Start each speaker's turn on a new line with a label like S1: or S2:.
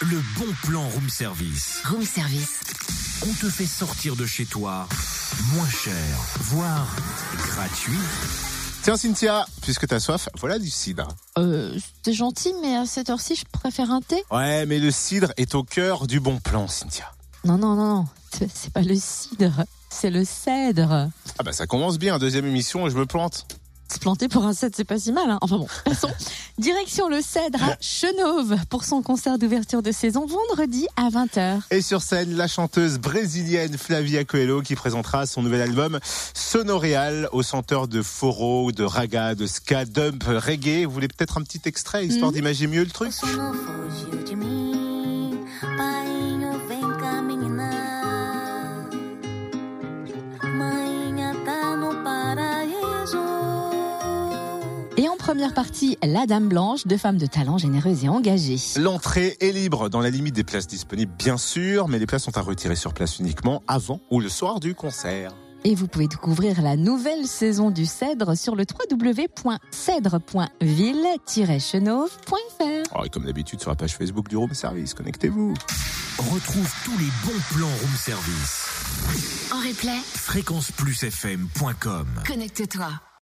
S1: Le bon plan room service.
S2: Room service.
S1: On te fait sortir de chez toi moins cher, voire gratuit.
S3: Tiens Cynthia, puisque t'as soif, voilà du cidre.
S4: Euh, c'est gentil, mais à cette heure-ci, je préfère un thé.
S3: Ouais, mais le cidre est au cœur du bon plan, Cynthia.
S4: Non, non, non, non. C'est pas le cidre, c'est le cèdre.
S3: Ah bah ça commence bien, deuxième émission et je me plante.
S4: Se planter pour un cèdre, c'est pas si mal. hein. Enfin bon, passons. Direction le cèdre à Chenauve pour son concert d'ouverture de saison vendredi à 20h.
S3: Et sur scène, la chanteuse brésilienne Flavia Coelho qui présentera son nouvel album Sonoréal au senteur de foro, de raga, de ska, dump, reggae. Vous voulez peut-être un petit extrait histoire
S4: Mhm.
S3: d'imaginer mieux le
S5: O
S3: truc
S5: sono fugiu de mim, painho vem cá menina. Mãinha tá no paraíso.
S4: Et en première partie, la Dame Blanche, deux femmes de talent généreuses et engagées.
S3: L'entrée est libre, dans la limite des places disponibles bien sûr, mais les places sont à retirer sur place uniquement avant ou le soir du concert.
S4: Et vous pouvez découvrir la nouvelle saison du Cèdre sur le www.cèdre.ville-chenauve.fr.
S3: Oh, et comme d'habitude sur la page Facebook du Room Service, connectez-vous.
S1: Retrouve tous les bons plans room service.
S2: En replay,
S1: Fréquenceplusfm.com
S2: connecte-toi.